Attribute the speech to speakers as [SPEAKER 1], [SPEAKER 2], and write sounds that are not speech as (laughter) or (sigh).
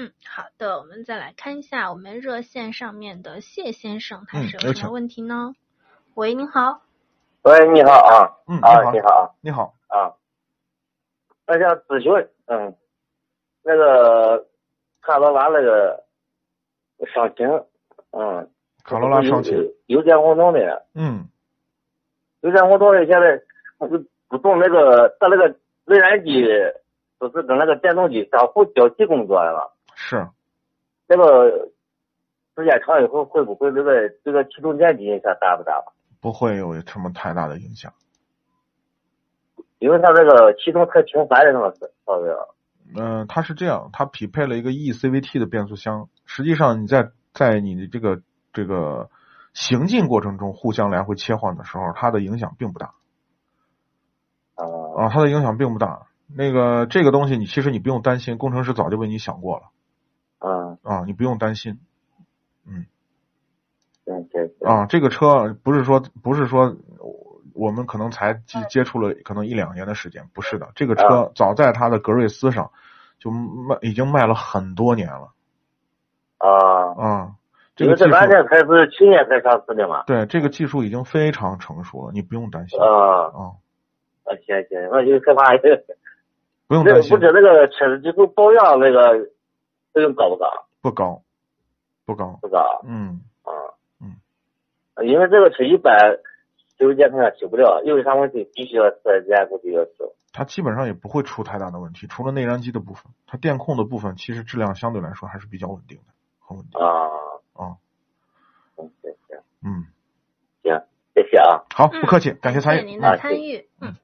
[SPEAKER 1] 嗯好的，我们再来看一下我们热线上面的谢先生，他
[SPEAKER 2] 嗯
[SPEAKER 1] 是
[SPEAKER 2] 有
[SPEAKER 1] 有什么
[SPEAKER 2] 请
[SPEAKER 1] 问题呢？喂，您好。
[SPEAKER 3] 喂，你好啊，
[SPEAKER 2] 嗯，
[SPEAKER 3] 啊，你
[SPEAKER 2] 你好，
[SPEAKER 3] 好
[SPEAKER 2] 你好，
[SPEAKER 3] 啊，啊，那想咨询，嗯，那个卡罗拉那个伤情，嗯，
[SPEAKER 2] 卡罗拉伤情，
[SPEAKER 3] 有点活动的，
[SPEAKER 2] 嗯
[SPEAKER 3] 有点活动的，现在不不动那个，他那个内燃机都是跟那个电动机相互交替工作了，
[SPEAKER 2] 是，
[SPEAKER 3] 这个时间长以后会不会这个这个启动电机影响大不大？
[SPEAKER 2] 不会有什么太大的影响。
[SPEAKER 3] 因为它这个启动太频繁了，那是稍微啊，
[SPEAKER 2] 嗯、它是这样，它匹配了一个 E eCVT 的变速箱。实际上，你在在你的这个这个行进过程中互相来回切换的时候，它的影响并不大
[SPEAKER 3] 啊
[SPEAKER 2] 啊，它的影响并不大。那个这个东西你其实你不用担心，工程师早就为你想过了
[SPEAKER 3] 啊，
[SPEAKER 2] 啊，你不用担心。
[SPEAKER 3] 行行行。
[SPEAKER 2] 啊，这个车不是说不是说我我们可能才接接触了可能一两年的时间，不是的，这个车早在它的格瑞斯上就卖已经卖了很多年了
[SPEAKER 3] 啊，
[SPEAKER 2] 啊，这
[SPEAKER 3] 因
[SPEAKER 2] 个
[SPEAKER 3] 为
[SPEAKER 2] 技
[SPEAKER 3] 这
[SPEAKER 2] 术
[SPEAKER 3] 软件才是去年才上市的嘛。
[SPEAKER 2] 对这个技术已经非常成熟了，你不用担心啊，
[SPEAKER 3] 啊，啊行行，那就害怕这个，
[SPEAKER 2] 不用
[SPEAKER 3] 这
[SPEAKER 2] 担
[SPEAKER 3] 个
[SPEAKER 2] 心
[SPEAKER 3] 不，知 (laughs) 那个车子最后保养那个费用高不高？
[SPEAKER 2] 不高不高，
[SPEAKER 3] 不高
[SPEAKER 2] 嗯，
[SPEAKER 3] 啊。
[SPEAKER 2] 嗯。
[SPEAKER 3] 因为这个车一般修检它修不了，有啥问题必须要四 S 店估计要修。
[SPEAKER 2] 它基本上也不会出太大的问题，除了内燃机的部分，它电控的部分其实质量相对来说还是比较稳定的，很稳定，
[SPEAKER 3] 啊。
[SPEAKER 2] 啊。
[SPEAKER 3] 嗯，行行
[SPEAKER 2] 嗯，
[SPEAKER 3] 行，谢谢啊。
[SPEAKER 2] 好，
[SPEAKER 1] 嗯
[SPEAKER 2] 不客气，感谢
[SPEAKER 1] 谢
[SPEAKER 2] 参
[SPEAKER 1] 谢
[SPEAKER 2] 与，
[SPEAKER 1] 您
[SPEAKER 2] 嗯
[SPEAKER 1] 的参与。嗯，